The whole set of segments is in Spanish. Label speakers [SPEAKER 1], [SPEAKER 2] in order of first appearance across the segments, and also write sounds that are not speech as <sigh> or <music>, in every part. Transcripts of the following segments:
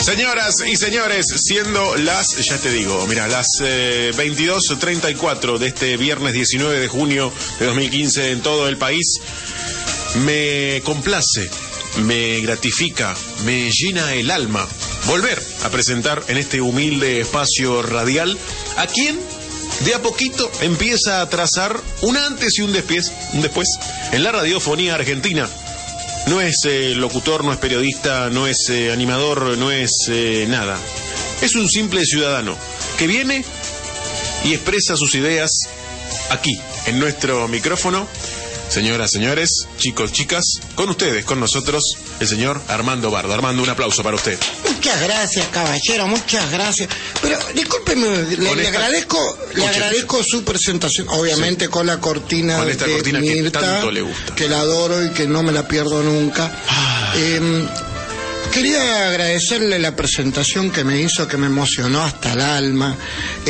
[SPEAKER 1] Señoras y señores, siendo las, ya te digo, mira, las eh, 22.34 de este viernes 19 de junio de 2015 en todo el país, me complace, me gratifica, me llena el alma volver a presentar en este humilde espacio radial a quien de a poquito empieza a trazar un antes y un después, un después en la radiofonía argentina. No es eh, locutor, no es periodista, no es eh, animador, no es eh, nada. Es un simple ciudadano que viene y expresa sus ideas aquí, en nuestro micrófono. Señoras, señores, chicos, chicas, con ustedes, con nosotros, el señor Armando Bardo. Armando, un aplauso para usted.
[SPEAKER 2] Muchas gracias, caballero, muchas gracias. Pero discúlpeme, le, le
[SPEAKER 1] esta-
[SPEAKER 2] agradezco, le
[SPEAKER 1] Escuche.
[SPEAKER 2] agradezco su presentación, obviamente con la cortina
[SPEAKER 1] Con esta
[SPEAKER 2] de
[SPEAKER 1] cortina que
[SPEAKER 2] Mirta,
[SPEAKER 1] tanto le gusta. Ah.
[SPEAKER 2] que la adoro y que no me la pierdo nunca. Em, Quería agradecerle la presentación que me hizo, que me emocionó hasta el alma.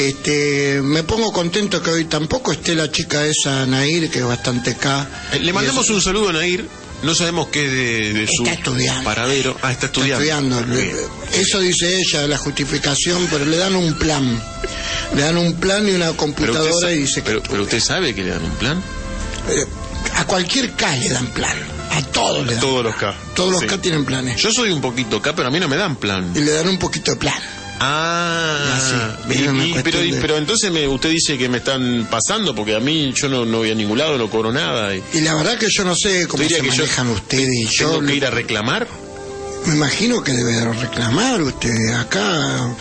[SPEAKER 2] Este, me pongo contento que hoy tampoco esté la chica esa Nair, que es bastante K.
[SPEAKER 1] Eh, Le mandamos
[SPEAKER 2] Y
[SPEAKER 1] un saludo a Nair. No sabemos qué es de, de su
[SPEAKER 2] Está estudiando.
[SPEAKER 1] paradero. Ah, está
[SPEAKER 2] es- está
[SPEAKER 1] estudiando. Muy bien.
[SPEAKER 2] estudiando. Eso dice ella, la justificación, pero le dan un plan. Le dan un plan y
[SPEAKER 1] Pero
[SPEAKER 2] una
[SPEAKER 1] usted,
[SPEAKER 2] computadora
[SPEAKER 1] sa-
[SPEAKER 2] y dice que
[SPEAKER 1] pero- pero usted sabe que le dan un plan.
[SPEAKER 2] eh, a cualquier K le dan plan. A todos le dan.
[SPEAKER 1] Todos los K.
[SPEAKER 2] Todos los
[SPEAKER 1] Sí.
[SPEAKER 2] K tienen planes.
[SPEAKER 1] Yo soy un poquito K, pero a mí no me dan plan.
[SPEAKER 2] Y le dan un poquito de plan.
[SPEAKER 1] Ah,
[SPEAKER 2] Ah, sí.
[SPEAKER 1] y-
[SPEAKER 2] Era una
[SPEAKER 1] y-
[SPEAKER 2] cuestión
[SPEAKER 1] pero, y-
[SPEAKER 2] de-
[SPEAKER 1] pero entonces me, usted dice que me están pasando, porque a mí yo no, no voy a ningún lado, no cobro nada. y-
[SPEAKER 2] Y la verdad que yo no sé cómo
[SPEAKER 1] diría
[SPEAKER 2] se
[SPEAKER 1] que yo
[SPEAKER 2] manejan ustedes. y yo
[SPEAKER 1] ¿Tengo
[SPEAKER 2] lo-
[SPEAKER 1] que ir a reclamar?
[SPEAKER 2] Me imagino que debe reclamar usted acá,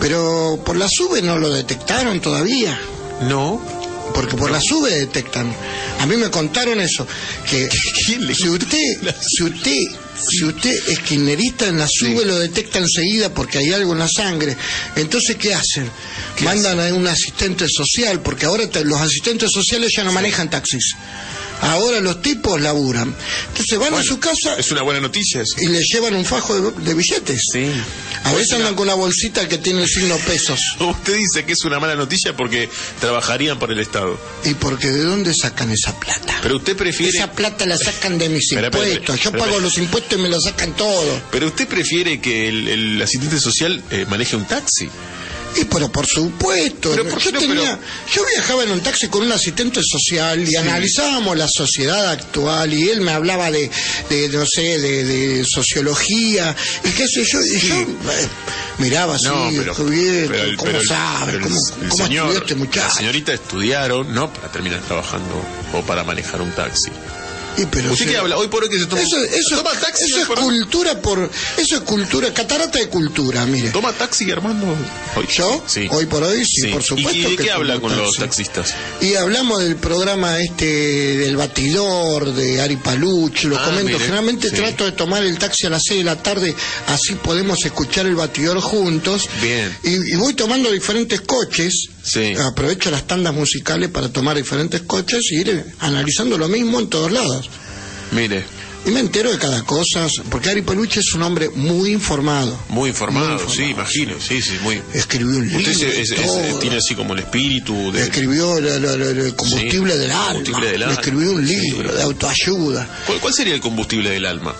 [SPEAKER 2] pero por la sube no lo detectaron todavía,
[SPEAKER 1] No.
[SPEAKER 2] porque por la sube detectan. A mí me contaron eso, que
[SPEAKER 1] <laughs> ¿Quién le-
[SPEAKER 2] si usted,
[SPEAKER 1] <laughs>
[SPEAKER 2] si usted, si usted es kirchnerista en la sube lo detecta enseguida porque hay algo en la sangre. Entonces ¿qué hacen? Mandan a un asistente social, porque ahora te- los asistentes sociales ya no manejan taxis. Ahora los tipos laburan. Entonces van a
[SPEAKER 1] Bueno,
[SPEAKER 2] su casa
[SPEAKER 1] Es una buena noticia. eso. <laughs>
[SPEAKER 2] y le llevan un fajo de, de billetes.
[SPEAKER 1] Sí.
[SPEAKER 2] A veces andan con una bolsita que tiene el signo pesos.
[SPEAKER 1] Usted dice que es una mala noticia porque trabajarían por el Estado.
[SPEAKER 2] ¿Y porque de dónde sacan esa plata?
[SPEAKER 1] Pero usted prefiere...
[SPEAKER 2] Esa plata la sacan de mis
[SPEAKER 1] Espera, espera,
[SPEAKER 2] impuestos. Yo
[SPEAKER 1] espera,
[SPEAKER 2] pago
[SPEAKER 1] espera.
[SPEAKER 2] los impuestos y me lo sacan todo.
[SPEAKER 1] Pero usted prefiere que el, el asistente social eh, maneje un taxi.
[SPEAKER 2] Y pero por supuesto,
[SPEAKER 1] Pero, ¿por qué
[SPEAKER 2] yo,
[SPEAKER 1] no?
[SPEAKER 2] tenía- yo viajaba en un taxi con un asistente social y analizábamos la sociedad actual y él me hablaba de, de, no sé, de, de sociología y qué sé yo, y yo eh, miraba así,
[SPEAKER 1] No, pero,
[SPEAKER 2] Julieta,
[SPEAKER 1] pero el-
[SPEAKER 2] ¿cómo
[SPEAKER 1] pero el-
[SPEAKER 2] sabe?
[SPEAKER 1] pero el-
[SPEAKER 2] ¿Cómo,
[SPEAKER 1] el
[SPEAKER 2] cómo
[SPEAKER 1] señor,
[SPEAKER 2] estudió este
[SPEAKER 1] La
[SPEAKER 2] muchacho?
[SPEAKER 1] señorita estudiaron, no para terminar trabajando o para manejar un taxi.
[SPEAKER 2] Y pero
[SPEAKER 1] ¿Usted
[SPEAKER 2] sí.
[SPEAKER 1] qué habla? Hoy por hoy que se toma,
[SPEAKER 2] Eso, eso,
[SPEAKER 1] toma taxi.
[SPEAKER 2] eso
[SPEAKER 1] hoy
[SPEAKER 2] es
[SPEAKER 1] por hoy.
[SPEAKER 2] cultura por eso es cultura, catarata de cultura, mire.
[SPEAKER 1] ¿Toma taxi, Armando? Hoy.
[SPEAKER 2] Yo,
[SPEAKER 1] Sí.
[SPEAKER 2] hoy por hoy, sí,
[SPEAKER 1] Sí.
[SPEAKER 2] por supuesto.
[SPEAKER 1] ¿Y, y de
[SPEAKER 2] que
[SPEAKER 1] qué habla
[SPEAKER 2] tomo
[SPEAKER 1] con los
[SPEAKER 2] taxi.
[SPEAKER 1] taxistas?
[SPEAKER 2] Y hablamos del programa este del batidor, de Ari Paluch, lo
[SPEAKER 1] Ah,
[SPEAKER 2] comento.
[SPEAKER 1] mire,
[SPEAKER 2] Generalmente
[SPEAKER 1] sí.
[SPEAKER 2] trato de tomar el taxi a las 6 de la tarde, así podemos escuchar el batidor juntos.
[SPEAKER 1] Bien.
[SPEAKER 2] Y, y voy tomando diferentes coches.
[SPEAKER 1] Sí.
[SPEAKER 2] Aprovecho las tandas musicales para tomar diferentes coches y ir eh, analizando lo mismo en todos lados.
[SPEAKER 1] Mire,
[SPEAKER 2] Y me entero de cada cosa, porque Ari Peluche es un hombre muy informado.
[SPEAKER 1] muy informado,
[SPEAKER 2] Muy
[SPEAKER 1] sí, imagino. Sí, sí, muy.
[SPEAKER 2] Escribió un
[SPEAKER 1] Usted
[SPEAKER 2] libro,
[SPEAKER 1] se- es- es-
[SPEAKER 2] todo.
[SPEAKER 1] tiene así como el espíritu de.
[SPEAKER 2] escribió lo- lo- lo- el combustible
[SPEAKER 1] Sí,
[SPEAKER 2] del alma.
[SPEAKER 1] combustible del alma.
[SPEAKER 2] Escribió un libro
[SPEAKER 1] Sí.
[SPEAKER 2] de autoayuda.
[SPEAKER 1] ¿Cuál, cuál sería el combustible del alma?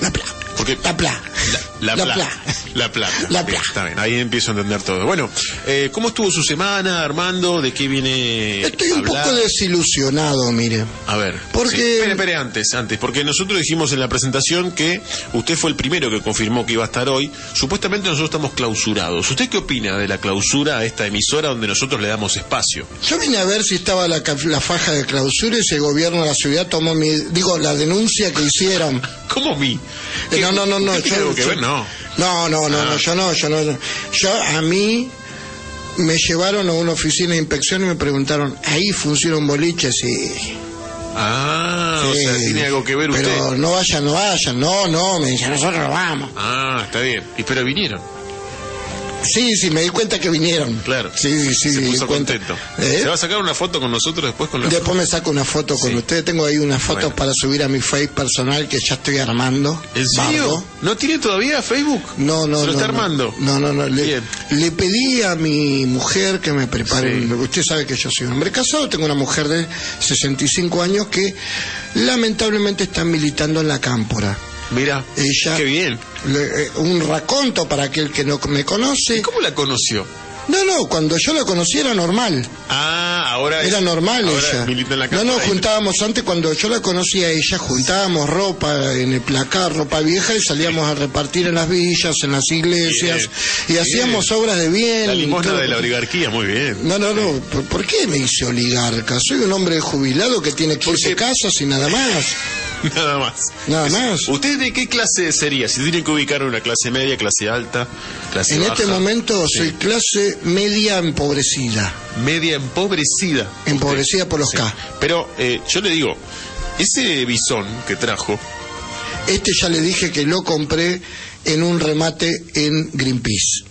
[SPEAKER 2] La pla.
[SPEAKER 1] Porque-
[SPEAKER 2] La pla.
[SPEAKER 1] La, la, pla-
[SPEAKER 2] La pla.
[SPEAKER 1] la plata.
[SPEAKER 2] La
[SPEAKER 1] Bien,
[SPEAKER 2] pla.
[SPEAKER 1] Está bien, ahí empiezo a entender todo. Bueno, eh, ¿cómo estuvo su semana, Armando? ¿De qué viene?
[SPEAKER 2] Estoy un
[SPEAKER 1] Eh, hablar?
[SPEAKER 2] poco desilusionado, mire.
[SPEAKER 1] A ver,
[SPEAKER 2] Porque-
[SPEAKER 1] sí. espere, espere, antes, antes, porque nosotros dijimos en la presentación que usted fue el primero que confirmó que iba a estar hoy. Supuestamente nosotros estamos clausurados. ¿Usted qué opina de la clausura a esta emisora donde nosotros le damos espacio?
[SPEAKER 2] Yo vine a ver si estaba la, ca- la faja de clausura y ese gobierno de la ciudad tomó mi. Digo, la denuncia que hicieron.
[SPEAKER 1] ¿Cómo vi?
[SPEAKER 2] Eh, No, no, no, no.
[SPEAKER 1] ¿Usted tiene algo que
[SPEAKER 2] yo-
[SPEAKER 1] ver? No.
[SPEAKER 2] No, no, no,
[SPEAKER 1] Ah.
[SPEAKER 2] no, yo no, yo no. no. Yo, a mí me llevaron a una oficina de inspección y me preguntaron, ahí funcionan boliches y...
[SPEAKER 1] Ah, o sea, tiene algo que ver usted.
[SPEAKER 2] Pero no vayan, no vayan, no, no, me dicen, nosotros no vamos.
[SPEAKER 1] Ah, está bien. Y pero vinieron.
[SPEAKER 2] Sí, sí, me di cuenta que vinieron.
[SPEAKER 1] Claro.
[SPEAKER 2] Sí, sí, sí.
[SPEAKER 1] Se
[SPEAKER 2] me di
[SPEAKER 1] puso
[SPEAKER 2] cuenta.
[SPEAKER 1] contento.
[SPEAKER 2] ¿Eh?
[SPEAKER 1] ¿Se va a sacar una foto con nosotros después con la
[SPEAKER 2] Después me saco una foto con
[SPEAKER 1] Sí.
[SPEAKER 2] ustedes. Tengo ahí unas fotos
[SPEAKER 1] Bueno.
[SPEAKER 2] para subir a mi Face personal que ya estoy armando.
[SPEAKER 1] ¿En serio?
[SPEAKER 2] Bardo.
[SPEAKER 1] ¿No tiene todavía Facebook?
[SPEAKER 2] No, no,
[SPEAKER 1] Se lo
[SPEAKER 2] no,
[SPEAKER 1] está
[SPEAKER 2] no.
[SPEAKER 1] armando.
[SPEAKER 2] No, no, no. Le,
[SPEAKER 1] Bien.
[SPEAKER 2] le pedí a mi mujer que me prepare.
[SPEAKER 1] Sí.
[SPEAKER 2] un- Usted sabe que yo soy un hombre casado, tengo una mujer de 65 años que lamentablemente está militando en la cámpora.
[SPEAKER 1] Mira,
[SPEAKER 2] Ella,
[SPEAKER 1] qué bien.
[SPEAKER 2] le- eh, un raconto para aquel que no me conoce.
[SPEAKER 1] ¿Y cómo la conoció?
[SPEAKER 2] No, no, cuando yo la conocí era normal.
[SPEAKER 1] Ah, ahora es-
[SPEAKER 2] Era normal
[SPEAKER 1] ahora
[SPEAKER 2] ella.
[SPEAKER 1] es milita en la
[SPEAKER 2] no, no,
[SPEAKER 1] Cámara y-
[SPEAKER 2] juntábamos antes cuando yo la conocía a ella, juntábamos ropa en el placar, ropa vieja y salíamos a repartir en las villas, en las iglesias
[SPEAKER 1] Bien,
[SPEAKER 2] y hacíamos
[SPEAKER 1] bien.
[SPEAKER 2] obras de bien.
[SPEAKER 1] La
[SPEAKER 2] y
[SPEAKER 1] limosna
[SPEAKER 2] todo.
[SPEAKER 1] de la oligarquía, muy bien. <laughs>
[SPEAKER 2] No, no, no, ¿por, por qué me hice oligarca? Soy un hombre jubilado que tiene 15
[SPEAKER 1] Porque-
[SPEAKER 2] casas y nada más.
[SPEAKER 1] Nada más.
[SPEAKER 2] Nada más.
[SPEAKER 1] ¿Usted de qué clase sería? Si tienen que ubicar una clase media, clase alta, clase
[SPEAKER 2] En
[SPEAKER 1] baja.
[SPEAKER 2] este momento soy clase media empobrecida,
[SPEAKER 1] Media empobrecida.
[SPEAKER 2] empobrecida por los K.
[SPEAKER 1] Pero eh, yo le digo, ese bisón que trajo, <laughs>
[SPEAKER 2] Este ya le dije que lo compré en un remate en Greenpeace.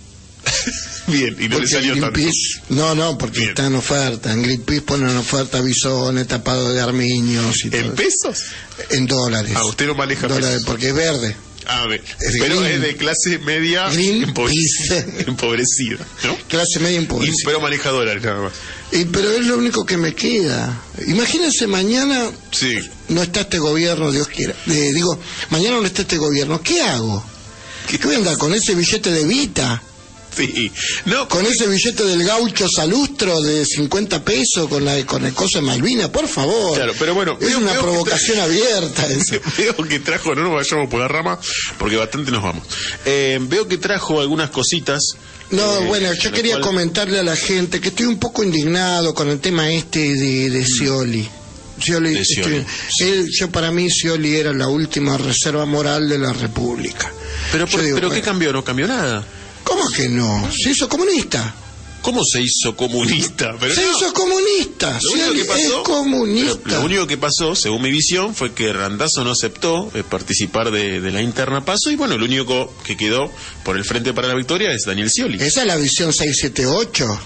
[SPEAKER 1] bien, y no le
[SPEAKER 2] Porque
[SPEAKER 1] salió tanto.
[SPEAKER 2] Greenpeace, no, no, porque
[SPEAKER 1] Bien.
[SPEAKER 2] está en oferta. En Greenpeace ponen en oferta bisones, tapado de armiños y
[SPEAKER 1] ¿En
[SPEAKER 2] todo.
[SPEAKER 1] pesos?
[SPEAKER 2] En dólares.
[SPEAKER 1] Ah, usted no maneja
[SPEAKER 2] Dólares,
[SPEAKER 1] pesos.
[SPEAKER 2] porque es verde.
[SPEAKER 1] A ver,
[SPEAKER 2] Es
[SPEAKER 1] pero
[SPEAKER 2] green.
[SPEAKER 1] es de clase media
[SPEAKER 2] Green
[SPEAKER 1] empobrecida,
[SPEAKER 2] <laughs> peace.
[SPEAKER 1] empobrecida, ¿no?
[SPEAKER 2] Clase media
[SPEAKER 1] Y-
[SPEAKER 2] empobrecida.
[SPEAKER 1] pero maneja dólares nada más.
[SPEAKER 2] Y, pero es lo único que me queda. Imagínense mañana
[SPEAKER 1] Sí.
[SPEAKER 2] no está este gobierno, Dios quiera. Eh, digo, mañana no está este gobierno. ¿Qué hago? ¿Qué voy a andar con ese billete de Vita?
[SPEAKER 1] Sí. No,
[SPEAKER 2] Con ese billete del gaucho salustro de 50 pesos con la con el coso de Malvina, por favor.
[SPEAKER 1] Claro, pero bueno,
[SPEAKER 2] Es
[SPEAKER 1] veo-
[SPEAKER 2] una
[SPEAKER 1] veo que <laughs>
[SPEAKER 2] provocación abierta. eso.
[SPEAKER 1] veo que trajo, no nos vayamos por la rama, porque bastante nos vamos. Eh, veo que trajo algunas cositas.
[SPEAKER 2] No,
[SPEAKER 1] eh,
[SPEAKER 2] bueno, yo
[SPEAKER 1] la
[SPEAKER 2] quería
[SPEAKER 1] cual-
[SPEAKER 2] comentarle a la gente que estoy un poco indignado con el tema este de, de Scioli. Scioli,
[SPEAKER 1] Mm. De Scioli,
[SPEAKER 2] estoy- él- yo para mí Scioli era la última reserva moral de la República.
[SPEAKER 1] Pero,
[SPEAKER 2] Yo
[SPEAKER 1] por-
[SPEAKER 2] digo,
[SPEAKER 1] pero ¿qué
[SPEAKER 2] bueno,
[SPEAKER 1] cambió? No cambió nada.
[SPEAKER 2] ¿Cómo que no? Se hizo comunista.
[SPEAKER 1] ¿Cómo se hizo comunista? Pero
[SPEAKER 2] Se
[SPEAKER 1] no.
[SPEAKER 2] hizo comunista.
[SPEAKER 1] Lo único
[SPEAKER 2] Scioli
[SPEAKER 1] que
[SPEAKER 2] es
[SPEAKER 1] pasó- pero
[SPEAKER 2] comunista.
[SPEAKER 1] Lo único que pasó, según mi visión, fue que Randazo no aceptó eh, participar de, de la interna paso y bueno, el único que quedó por el frente para la victoria es Daniel Scioli.
[SPEAKER 2] Esa es la visión 678.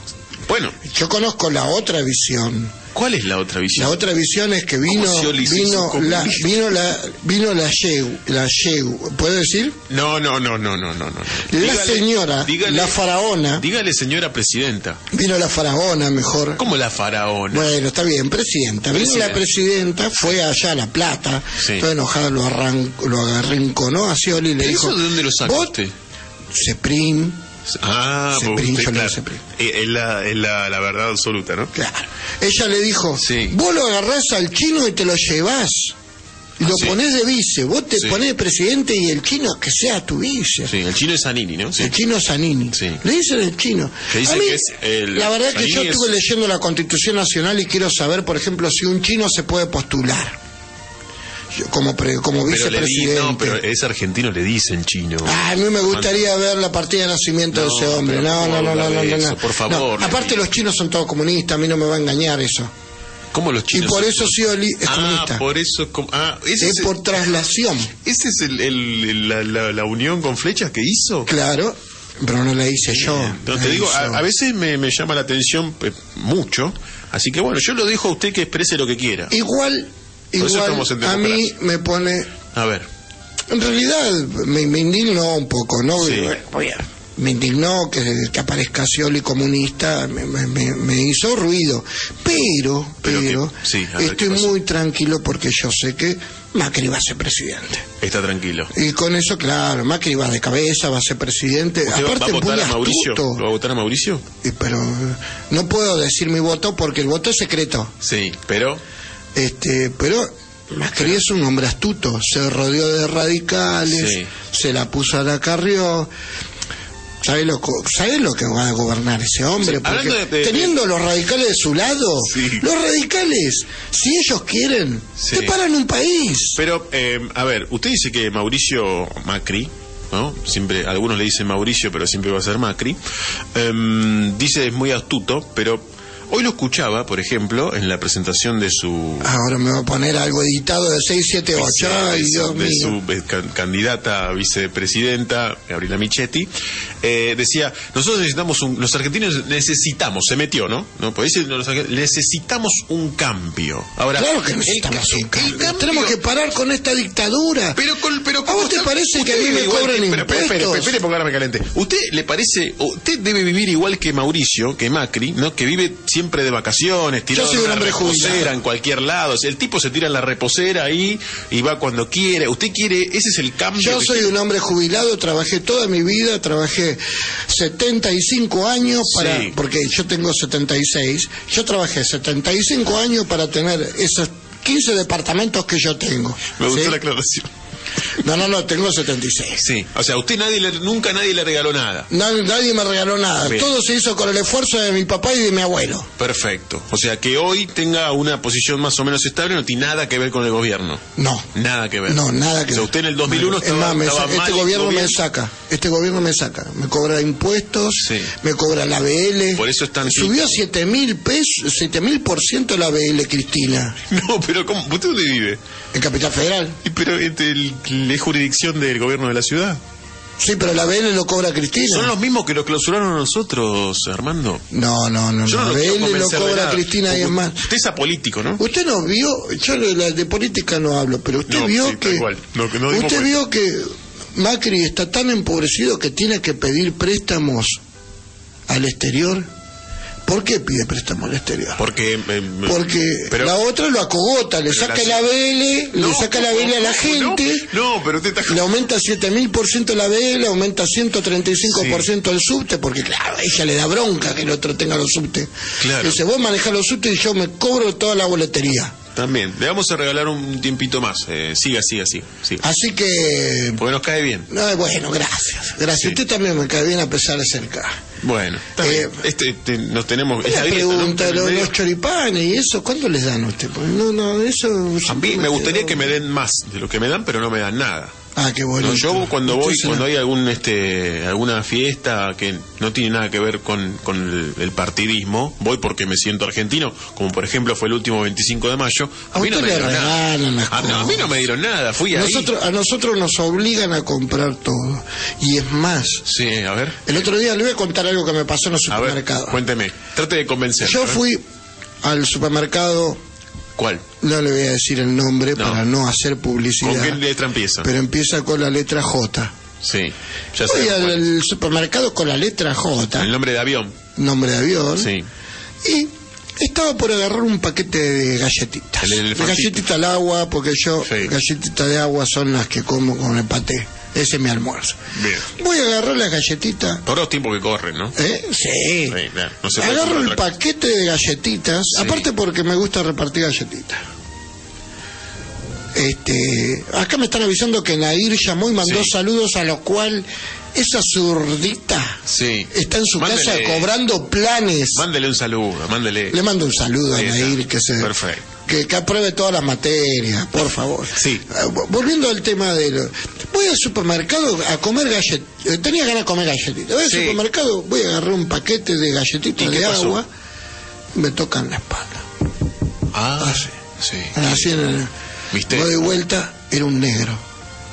[SPEAKER 1] Bueno,
[SPEAKER 2] Yo conozco la otra visión.
[SPEAKER 1] ¿cuál es la otra visión?
[SPEAKER 2] La otra visión es que vino
[SPEAKER 1] ¿Cómo Scioli se hizo
[SPEAKER 2] vino la
[SPEAKER 1] comunista?
[SPEAKER 2] vino la vino la Yeu, la Yeu, ¿puedo decir?
[SPEAKER 1] No, no, no, no, no, no, no.
[SPEAKER 2] La señora, la faraona,
[SPEAKER 1] Dígale, señora presidenta.
[SPEAKER 2] vino la faraona mejor.
[SPEAKER 1] ¿Cómo la faraona?
[SPEAKER 2] Bueno, está bien, presidenta. Vino
[SPEAKER 1] Presidenta.
[SPEAKER 2] la presidenta, fue allá a La Plata,
[SPEAKER 1] Sí.
[SPEAKER 2] toda enojada, lo, arrancó, lo arrinconó a Scioli y le
[SPEAKER 1] ¿Pero
[SPEAKER 2] dijo...
[SPEAKER 1] ¿Eso de dónde lo saca
[SPEAKER 2] "Vos,
[SPEAKER 1] usted?
[SPEAKER 2] Ceprim,
[SPEAKER 1] Ah,
[SPEAKER 2] Se
[SPEAKER 1] porque usted,
[SPEAKER 2] princha, no
[SPEAKER 1] claro,
[SPEAKER 2] se princha.
[SPEAKER 1] eh, es la, es la, la verdad absoluta, ¿no?
[SPEAKER 2] Claro. Ella le dijo,
[SPEAKER 1] Sí.
[SPEAKER 2] vos lo agarrás al chino y te lo llevás. Y lo
[SPEAKER 1] Ah, sí.
[SPEAKER 2] ponés de vice, vos te
[SPEAKER 1] Sí.
[SPEAKER 2] ponés de presidente y el chino que sea tu vice.
[SPEAKER 1] Sí, el chino es Anini, ¿no? Sí.
[SPEAKER 2] El chino Zanini.
[SPEAKER 1] Sí.
[SPEAKER 2] Le dicen el chino.
[SPEAKER 1] Que dice
[SPEAKER 2] A mí,
[SPEAKER 1] que es el-
[SPEAKER 2] la verdad que yo
[SPEAKER 1] Zanini es-
[SPEAKER 2] estuve leyendo la Constitución Nacional y quiero saber, por ejemplo, si un chino se puede postular Yo- como, pre- como
[SPEAKER 1] Pero le di,
[SPEAKER 2] vicepresidente.
[SPEAKER 1] no, pero eh, es argentino, le dicen chino.
[SPEAKER 2] Ah, a mí me gustaría ver la partida de nacimiento de
[SPEAKER 1] No,
[SPEAKER 2] ese hombre.
[SPEAKER 1] pero
[SPEAKER 2] No,
[SPEAKER 1] ¿cómo
[SPEAKER 2] no,
[SPEAKER 1] habla
[SPEAKER 2] no, no, no,
[SPEAKER 1] de
[SPEAKER 2] no,
[SPEAKER 1] eso?
[SPEAKER 2] no.
[SPEAKER 1] Por favor,
[SPEAKER 2] No, Aparte
[SPEAKER 1] Lenín.
[SPEAKER 2] los chinos son todos comunistas, a mí no me va a engañar eso.
[SPEAKER 1] ¿Cómo los
[SPEAKER 2] Y
[SPEAKER 1] chinos?
[SPEAKER 2] por
[SPEAKER 1] son-
[SPEAKER 2] eso Scioli es
[SPEAKER 1] ah,
[SPEAKER 2] comunista.
[SPEAKER 1] por eso. es com- Ah, ese
[SPEAKER 2] Es
[SPEAKER 1] es,
[SPEAKER 2] por traslación.
[SPEAKER 1] ese es el, el- el- la, la- la unión con flechas que hizo.
[SPEAKER 2] Claro, pero no la hice yo.
[SPEAKER 1] Pero
[SPEAKER 2] la
[SPEAKER 1] te digo,
[SPEAKER 2] hizo.
[SPEAKER 1] a, a veces me, me llama la atención eh, mucho. Así que bueno, yo lo dejo a usted que exprese lo que quiera.
[SPEAKER 2] Igual,
[SPEAKER 1] eso
[SPEAKER 2] igual
[SPEAKER 1] estamos en
[SPEAKER 2] a mí
[SPEAKER 1] democracia.
[SPEAKER 2] me pone...
[SPEAKER 1] A ver,
[SPEAKER 2] En realidad me, me indignó un poco, ¿no?
[SPEAKER 1] Sí.
[SPEAKER 2] Me indignó que, que aparezca Scioli comunista, me, me- me- me hizo ruido. Pero,
[SPEAKER 1] Pero
[SPEAKER 2] pero,
[SPEAKER 1] que- sí, a ver,
[SPEAKER 2] estoy
[SPEAKER 1] ¿qué pasó?
[SPEAKER 2] muy tranquilo porque yo sé que Macri va a ser presidente.
[SPEAKER 1] está tranquilo.
[SPEAKER 2] Y con eso, claro, Macri va de cabeza, va a ser presidente.
[SPEAKER 1] ¿Usted va- va,
[SPEAKER 2] Aparte,
[SPEAKER 1] a
[SPEAKER 2] es muy
[SPEAKER 1] votar a Mauricio?
[SPEAKER 2] astuto.
[SPEAKER 1] ¿Lo va a votar a Mauricio?
[SPEAKER 2] Y- pero eh, no puedo decir mi voto porque el voto es secreto.
[SPEAKER 1] Sí, pero.
[SPEAKER 2] Este, pero Macri es un hombre astuto, se rodeó de radicales,
[SPEAKER 1] Sí.
[SPEAKER 2] se la puso a la Carrió. ¿Sabes lo, co- sabe lo que va a gobernar ese hombre?
[SPEAKER 1] Sí,
[SPEAKER 2] Porque
[SPEAKER 1] hablando de- de-
[SPEAKER 2] teniendo los radicales de su lado,
[SPEAKER 1] Sí.
[SPEAKER 2] los radicales, si ellos quieren,
[SPEAKER 1] Sí.
[SPEAKER 2] te paran un país.
[SPEAKER 1] Pero, eh, a ver, usted dice que Mauricio Macri, ¿no? Siempre, algunos le dicen Mauricio, pero siempre va a ser Macri. Em, dice es muy astuto, pero hoy lo escuchaba, por ejemplo, en la presentación de su.
[SPEAKER 2] Ahora me va a poner algo editado de 678. Ay,
[SPEAKER 1] de su-
[SPEAKER 2] Dios
[SPEAKER 1] de
[SPEAKER 2] mío.
[SPEAKER 1] su eh, can- candidata a vicepresidenta, Gabriela Michetti, eh, decía, nosotros necesitamos un, los argentinos necesitamos, se metió, ¿no? ¿No? Pues dice, los argentinos, necesitamos un cambio. Ahora,
[SPEAKER 2] Claro que
[SPEAKER 1] el
[SPEAKER 2] necesitamos
[SPEAKER 1] ca-
[SPEAKER 2] un
[SPEAKER 1] el
[SPEAKER 2] cambio. Tenemos que parar con esta dictadura.
[SPEAKER 1] Pero, con, pero
[SPEAKER 2] ¿A vos te parece que a mí me cobran
[SPEAKER 1] Pero, espere, espere,
[SPEAKER 2] impuestos?
[SPEAKER 1] espere, porque ahora me calenté. ¿Usted le parece, usted debe vivir igual que Mauricio, que Macri, ¿no? Que vive siempre de vacaciones, tirado
[SPEAKER 2] soy
[SPEAKER 1] en
[SPEAKER 2] un
[SPEAKER 1] una
[SPEAKER 2] hombre
[SPEAKER 1] reposera
[SPEAKER 2] jubilado.
[SPEAKER 1] en cualquier lado. O sea, el tipo se tira en la reposera ahí y va cuando quiere. Usted quiere, ese es el cambio.
[SPEAKER 2] Yo
[SPEAKER 1] que
[SPEAKER 2] soy un hombre jubilado, trabajé toda mi vida, trabajé 75 años para,
[SPEAKER 1] Sí.
[SPEAKER 2] porque yo tengo 76, yo trabajé 75 años para tener esos 15 departamentos que yo tengo.
[SPEAKER 1] Me gustó
[SPEAKER 2] ¿sí?
[SPEAKER 1] la aclaración.
[SPEAKER 2] No, no, no, tengo 76.
[SPEAKER 1] Sí. O sea, a usted nadie le- nunca nadie le regaló nada.
[SPEAKER 2] Nadie, nadie me regaló nada,
[SPEAKER 1] Bien.
[SPEAKER 2] todo se hizo con el esfuerzo de mi papá y de mi abuelo.
[SPEAKER 1] Perfecto. O sea, que hoy tenga una posición más o menos estable no tiene nada que ver con el gobierno.
[SPEAKER 2] No.
[SPEAKER 1] Nada que ver.
[SPEAKER 2] No,
[SPEAKER 1] Pues,
[SPEAKER 2] nada
[SPEAKER 1] O
[SPEAKER 2] que
[SPEAKER 1] sea,
[SPEAKER 2] ver.
[SPEAKER 1] usted en el 2001
[SPEAKER 2] Es
[SPEAKER 1] estaba,
[SPEAKER 2] más, me
[SPEAKER 1] estaba
[SPEAKER 2] sa-
[SPEAKER 1] mal
[SPEAKER 2] Este
[SPEAKER 1] y
[SPEAKER 2] gobierno
[SPEAKER 1] estuvo
[SPEAKER 2] me
[SPEAKER 1] bien.
[SPEAKER 2] saca. Este gobierno me saca. Me cobra impuestos,
[SPEAKER 1] Sí.
[SPEAKER 2] me cobra la BL.
[SPEAKER 1] Por eso es tan
[SPEAKER 2] Subió 7 mil pesos, 7 mil por ciento la BL, Cristina,
[SPEAKER 1] <laughs> No, pero ¿cómo? ¿Usted dónde vive?
[SPEAKER 2] en Capital Federal.
[SPEAKER 1] Y Pero este, el- la jurisdicción del gobierno de la ciudad.
[SPEAKER 2] Sí, pero la BL lo cobra Cristina.
[SPEAKER 1] Son los mismos que lo clausuraron a nosotros, Armando.
[SPEAKER 2] No, no, no.
[SPEAKER 1] Yo no
[SPEAKER 2] no.
[SPEAKER 1] lo
[SPEAKER 2] la
[SPEAKER 1] quiero
[SPEAKER 2] BL lo
[SPEAKER 1] convencer de
[SPEAKER 2] cobra
[SPEAKER 1] nada.
[SPEAKER 2] Cristina y es
[SPEAKER 1] Porque
[SPEAKER 2] más.
[SPEAKER 1] Usted es apolítico, ¿no?
[SPEAKER 2] Usted no vio, yo de, la- de política no hablo, pero usted
[SPEAKER 1] No,
[SPEAKER 2] vio
[SPEAKER 1] sí, tal
[SPEAKER 2] que
[SPEAKER 1] cual. No, que no digo
[SPEAKER 2] usted
[SPEAKER 1] por-
[SPEAKER 2] vio que Macri está tan empobrecido que tiene que pedir préstamos al exterior. ¿Por qué pide préstamos al exterior?
[SPEAKER 1] Porque... eh, me-
[SPEAKER 2] Porque
[SPEAKER 1] pero-
[SPEAKER 2] la otra lo acogota, le
[SPEAKER 1] pero
[SPEAKER 2] saca
[SPEAKER 1] la-
[SPEAKER 2] la, BL,
[SPEAKER 1] No,
[SPEAKER 2] le saca la BL a la
[SPEAKER 1] ¿cómo no?
[SPEAKER 2] gente,
[SPEAKER 1] No, pero usted está...
[SPEAKER 2] le aumenta 7000% la BL, aumenta 135% el subte, porque claro, ella le da bronca que el otro tenga los subtes.
[SPEAKER 1] Claro.
[SPEAKER 2] Dice, vos manejás los subtes y yo me cobro toda la boletería.
[SPEAKER 1] También. Le vamos a regalar un tiempito más. Eh, siga, siga, siga, siga.
[SPEAKER 2] Así que,
[SPEAKER 1] Porque nos cae bien.
[SPEAKER 2] no, bueno, gracias. Gracias.
[SPEAKER 1] Sí.
[SPEAKER 2] Usted también me cae bien a pesar de ser acá.
[SPEAKER 1] Bueno, está
[SPEAKER 2] Eh,
[SPEAKER 1] bien. Este, este, nos tenemos...
[SPEAKER 2] Una
[SPEAKER 1] esta grieta, ¿no?
[SPEAKER 2] pregunta,
[SPEAKER 1] En el
[SPEAKER 2] lo-
[SPEAKER 1] medio.
[SPEAKER 2] los choripanes y eso, ¿cuándo les dan a usted? Porque No, no, eso...
[SPEAKER 1] A mí me gustaría que me den más de lo que me dan, pero no me dan nada.
[SPEAKER 2] Ah, qué bueno. eh,
[SPEAKER 1] No, yo cuando
[SPEAKER 2] Usted
[SPEAKER 1] voy,
[SPEAKER 2] se la-
[SPEAKER 1] cuando hay algún este alguna fiesta que no tiene nada que ver con, con el, el partidismo, voy porque me siento argentino, como por ejemplo fue el último 25 de mayo, a,
[SPEAKER 2] A
[SPEAKER 1] mí no me
[SPEAKER 2] usted le
[SPEAKER 1] dieron nada.
[SPEAKER 2] regalan las
[SPEAKER 1] A, no, a mí no me dieron nada, fui ahí.
[SPEAKER 2] Nosotros, a nosotros nos obligan a comprar todo. Y es más,
[SPEAKER 1] Sí, a ver.
[SPEAKER 2] el otro día le voy a contar algo que me pasó en el
[SPEAKER 1] A ver,
[SPEAKER 2] supermercado.
[SPEAKER 1] cuénteme. Trate de convencer.
[SPEAKER 2] Yo fui al supermercado,
[SPEAKER 1] ¿Cuál?
[SPEAKER 2] no le voy a decir el nombre
[SPEAKER 1] No.
[SPEAKER 2] para no hacer
[SPEAKER 1] ¿Con qué
[SPEAKER 2] publicidad,
[SPEAKER 1] letra empieza?
[SPEAKER 2] pero empieza con la letra J.
[SPEAKER 1] Sí. Ya
[SPEAKER 2] Fui
[SPEAKER 1] sabemos
[SPEAKER 2] al
[SPEAKER 1] cuál.
[SPEAKER 2] al supermercado con la letra J,
[SPEAKER 1] El nombre de avión.
[SPEAKER 2] nombre de avión,
[SPEAKER 1] Sí.
[SPEAKER 2] y estaba por agarrar un paquete de galletitas.
[SPEAKER 1] El elefantito.
[SPEAKER 2] galletita al agua, porque yo
[SPEAKER 1] Sí.
[SPEAKER 2] galletitas de agua son las que como con el paté. Ese es mi almuerzo.
[SPEAKER 1] Bien.
[SPEAKER 2] Voy a agarrar la galletita.
[SPEAKER 1] Por los tiempos que corren, ¿no?
[SPEAKER 2] ¿Eh? Sí.
[SPEAKER 1] Sí, claro, no se puede
[SPEAKER 2] Agarro
[SPEAKER 1] comprar
[SPEAKER 2] el
[SPEAKER 1] otra cosa.
[SPEAKER 2] paquete de galletitas, aparte porque me gusta repartir galletitas. Este, acá me están avisando que Nair llamó y mandó
[SPEAKER 1] Sí.
[SPEAKER 2] saludos, a lo cual esa zurdita
[SPEAKER 1] Sí.
[SPEAKER 2] está en su
[SPEAKER 1] Mándele-
[SPEAKER 2] casa cobrando planes.
[SPEAKER 1] Mándele un saludo, mándele.
[SPEAKER 2] Le mando un saludo a
[SPEAKER 1] Ahí está.
[SPEAKER 2] Nair que se
[SPEAKER 1] Perfecto.
[SPEAKER 2] Que, que apruebe todas las materias, por favor.
[SPEAKER 1] Sí.
[SPEAKER 2] Ah, vo- Volviendo al tema de lo- voy al supermercado a comer galletitas. Tenía ganas de comer galletitas. Voy al
[SPEAKER 1] Sí.
[SPEAKER 2] supermercado, voy a agarrar un paquete de
[SPEAKER 1] ¿Y
[SPEAKER 2] galletitas
[SPEAKER 1] qué
[SPEAKER 2] de
[SPEAKER 1] pasó?
[SPEAKER 2] agua. Me tocan la espalda.
[SPEAKER 1] Ah, sí. sí.
[SPEAKER 2] Así en el-
[SPEAKER 1] ¿Viste?
[SPEAKER 2] Doy vuelta, era un negro.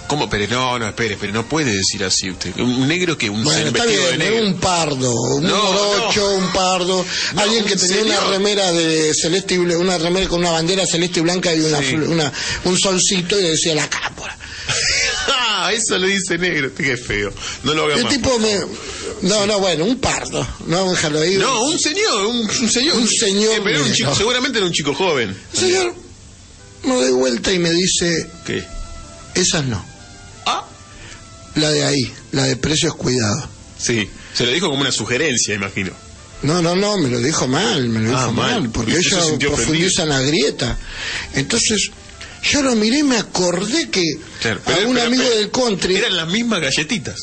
[SPEAKER 1] ¿Cómo? Pero no, no, espere, pero no puede decir así usted. Un un negro que un
[SPEAKER 2] Bueno,
[SPEAKER 1] sen-
[SPEAKER 2] está
[SPEAKER 1] vestido
[SPEAKER 2] bien,
[SPEAKER 1] de
[SPEAKER 2] era
[SPEAKER 1] negro.
[SPEAKER 2] un pardo, un
[SPEAKER 1] No,
[SPEAKER 2] morocho, un pardo,
[SPEAKER 1] No,
[SPEAKER 2] alguien que
[SPEAKER 1] un
[SPEAKER 2] tenía una
[SPEAKER 1] señor.
[SPEAKER 2] remera de celeste y bla- una remera con una bandera celeste y blanca y una,
[SPEAKER 1] Sí.
[SPEAKER 2] fl- una- un solcito y le decía la cápora.
[SPEAKER 1] <laughs> ah, eso le dice negro, qué feo. No lo haga
[SPEAKER 2] El
[SPEAKER 1] más.
[SPEAKER 2] tipo me no, no, bueno, un pardo, no déjalo ahí.
[SPEAKER 1] No, un señor, un, un señor.
[SPEAKER 2] Un señor
[SPEAKER 1] Eh, pero era un
[SPEAKER 2] negro.
[SPEAKER 1] chico, seguramente era un chico joven.
[SPEAKER 2] Señor, me doy vuelta y me dice,
[SPEAKER 1] ¿Qué?
[SPEAKER 2] esas no,
[SPEAKER 1] Ah,
[SPEAKER 2] la de ahí, la de precios cuidados.
[SPEAKER 1] sí. Se lo dijo como una sugerencia, imagino.
[SPEAKER 2] No, no, no, me lo dijo mal, me lo
[SPEAKER 1] Ah,
[SPEAKER 2] dijo mal,
[SPEAKER 1] mal.
[SPEAKER 2] porque
[SPEAKER 1] Y usted
[SPEAKER 2] ellos
[SPEAKER 1] se sintió
[SPEAKER 2] profundizan la grieta. Entonces, yo lo miré y me acordé que
[SPEAKER 1] Claro,
[SPEAKER 2] a un
[SPEAKER 1] pero-
[SPEAKER 2] amigo
[SPEAKER 1] pero-
[SPEAKER 2] del country
[SPEAKER 1] Eran las mismas galletitas.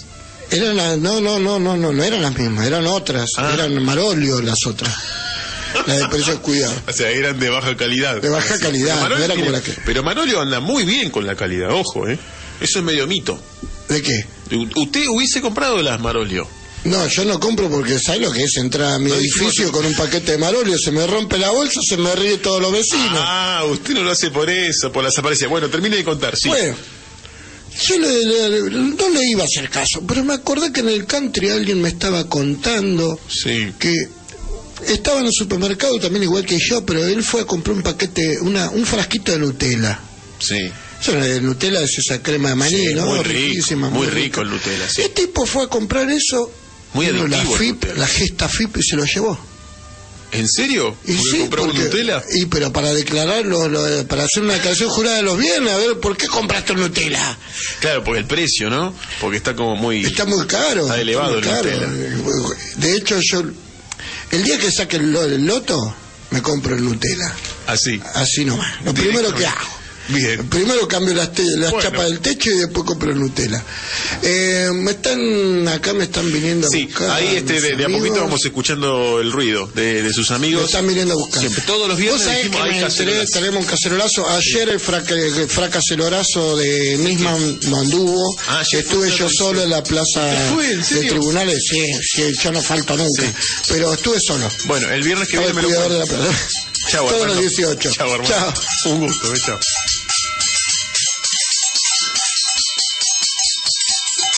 [SPEAKER 2] eran las- no, no, no, no, no, no eran las mismas, eran otras,
[SPEAKER 1] Ah.
[SPEAKER 2] eran Marolio las otras. Las de precios cuidado.
[SPEAKER 1] O sea, eran de baja calidad.
[SPEAKER 2] De baja
[SPEAKER 1] Así.
[SPEAKER 2] calidad,
[SPEAKER 1] Pero
[SPEAKER 2] no
[SPEAKER 1] Manolio
[SPEAKER 2] era como
[SPEAKER 1] tiene-
[SPEAKER 2] la que-
[SPEAKER 1] Pero Manolio anda muy bien con la calidad, ojo, ¿eh? Eso es medio mito.
[SPEAKER 2] ¿De qué?
[SPEAKER 1] U- Usted hubiese comprado las Marolio.
[SPEAKER 2] No, yo no compro porque ¿sabes lo que es entrar a mi
[SPEAKER 1] No dijimos
[SPEAKER 2] edificio
[SPEAKER 1] que-
[SPEAKER 2] con un paquete de Marolio? Se me rompe la bolsa, se me ríe todos los vecinos.
[SPEAKER 1] Ah, usted no lo hace por eso, por las apariencias. Bueno, termine de contar, sí.
[SPEAKER 2] Bueno, yo le- le- no le iba a hacer caso, pero me acordé que en el country alguien me estaba contando
[SPEAKER 1] Sí.
[SPEAKER 2] que estaba en el supermercado también igual que yo, pero él fue a comprar un paquete, una, un frasquito de Nutella.
[SPEAKER 1] Sí.
[SPEAKER 2] Eso no es de Nutella es esa crema de maní,
[SPEAKER 1] Sí,
[SPEAKER 2] ¿no?
[SPEAKER 1] muy rico,
[SPEAKER 2] Riquísima,
[SPEAKER 1] muy
[SPEAKER 2] rica.
[SPEAKER 1] rico el Nutella, sí.
[SPEAKER 2] El tipo fue a comprar eso,
[SPEAKER 1] Muy
[SPEAKER 2] vino la
[SPEAKER 1] adictivo el
[SPEAKER 2] FIP,
[SPEAKER 1] Nutella.
[SPEAKER 2] la gesta FIP y se lo llevó.
[SPEAKER 1] ¿En serio?
[SPEAKER 2] Y sí,
[SPEAKER 1] compró
[SPEAKER 2] porque-
[SPEAKER 1] Nutella?
[SPEAKER 2] Y pero para declarar, los- los- para hacer una declaración jurada de los bienes, a ver, ¿por qué compraste Nutella?
[SPEAKER 1] Claro, por el precio, ¿no? Porque está como muy...
[SPEAKER 2] Está muy caro.
[SPEAKER 1] Está elevado
[SPEAKER 2] muy
[SPEAKER 1] el ¿eh?
[SPEAKER 2] De hecho, yo. El día que saque el, lo- el loto, me compro el Nutella.
[SPEAKER 1] Así.
[SPEAKER 2] Así nomás. Lo primero que hago.
[SPEAKER 1] Bien.
[SPEAKER 2] Primero cambio las, te-
[SPEAKER 1] ¿eh?
[SPEAKER 2] las
[SPEAKER 1] Bueno.
[SPEAKER 2] chapas del techo y después compro el Nutella. Eh, me están. Acá me están viniendo a
[SPEAKER 1] Sí,
[SPEAKER 2] buscar.
[SPEAKER 1] ahí este,
[SPEAKER 2] mis
[SPEAKER 1] de, de a poquito
[SPEAKER 2] amigos.
[SPEAKER 1] vamos escuchando el ruido de, de sus
[SPEAKER 2] Me
[SPEAKER 1] amigos.
[SPEAKER 2] están viniendo a buscar.
[SPEAKER 1] Siempre, todos los viernes
[SPEAKER 2] Vos sabés
[SPEAKER 1] dijimos,
[SPEAKER 2] que
[SPEAKER 1] hay
[SPEAKER 2] me enteré,
[SPEAKER 1] cacerolazo.
[SPEAKER 2] tenemos un cacerolazo. Ayer el, fraca, el fracacelorazo de Nisman no anduvo.
[SPEAKER 1] Ah, ayer
[SPEAKER 2] Estuve
[SPEAKER 1] fue
[SPEAKER 2] yo
[SPEAKER 1] otra
[SPEAKER 2] solo en la plaza
[SPEAKER 1] ¿Te fue, en
[SPEAKER 2] de
[SPEAKER 1] serio?
[SPEAKER 2] tribunales. Sí, sí, yo no falto nunca. Pero estuve solo.
[SPEAKER 1] Bueno, el viernes que
[SPEAKER 2] Estaba
[SPEAKER 1] viene me
[SPEAKER 2] el
[SPEAKER 1] lo
[SPEAKER 2] cuidador de
[SPEAKER 1] cuento.
[SPEAKER 2] la plaza.
[SPEAKER 1] Chau,
[SPEAKER 2] Todos
[SPEAKER 1] hermano.
[SPEAKER 2] los 18.
[SPEAKER 1] Chau, hermano.
[SPEAKER 2] Chao.
[SPEAKER 1] Un gusto, eh, chau.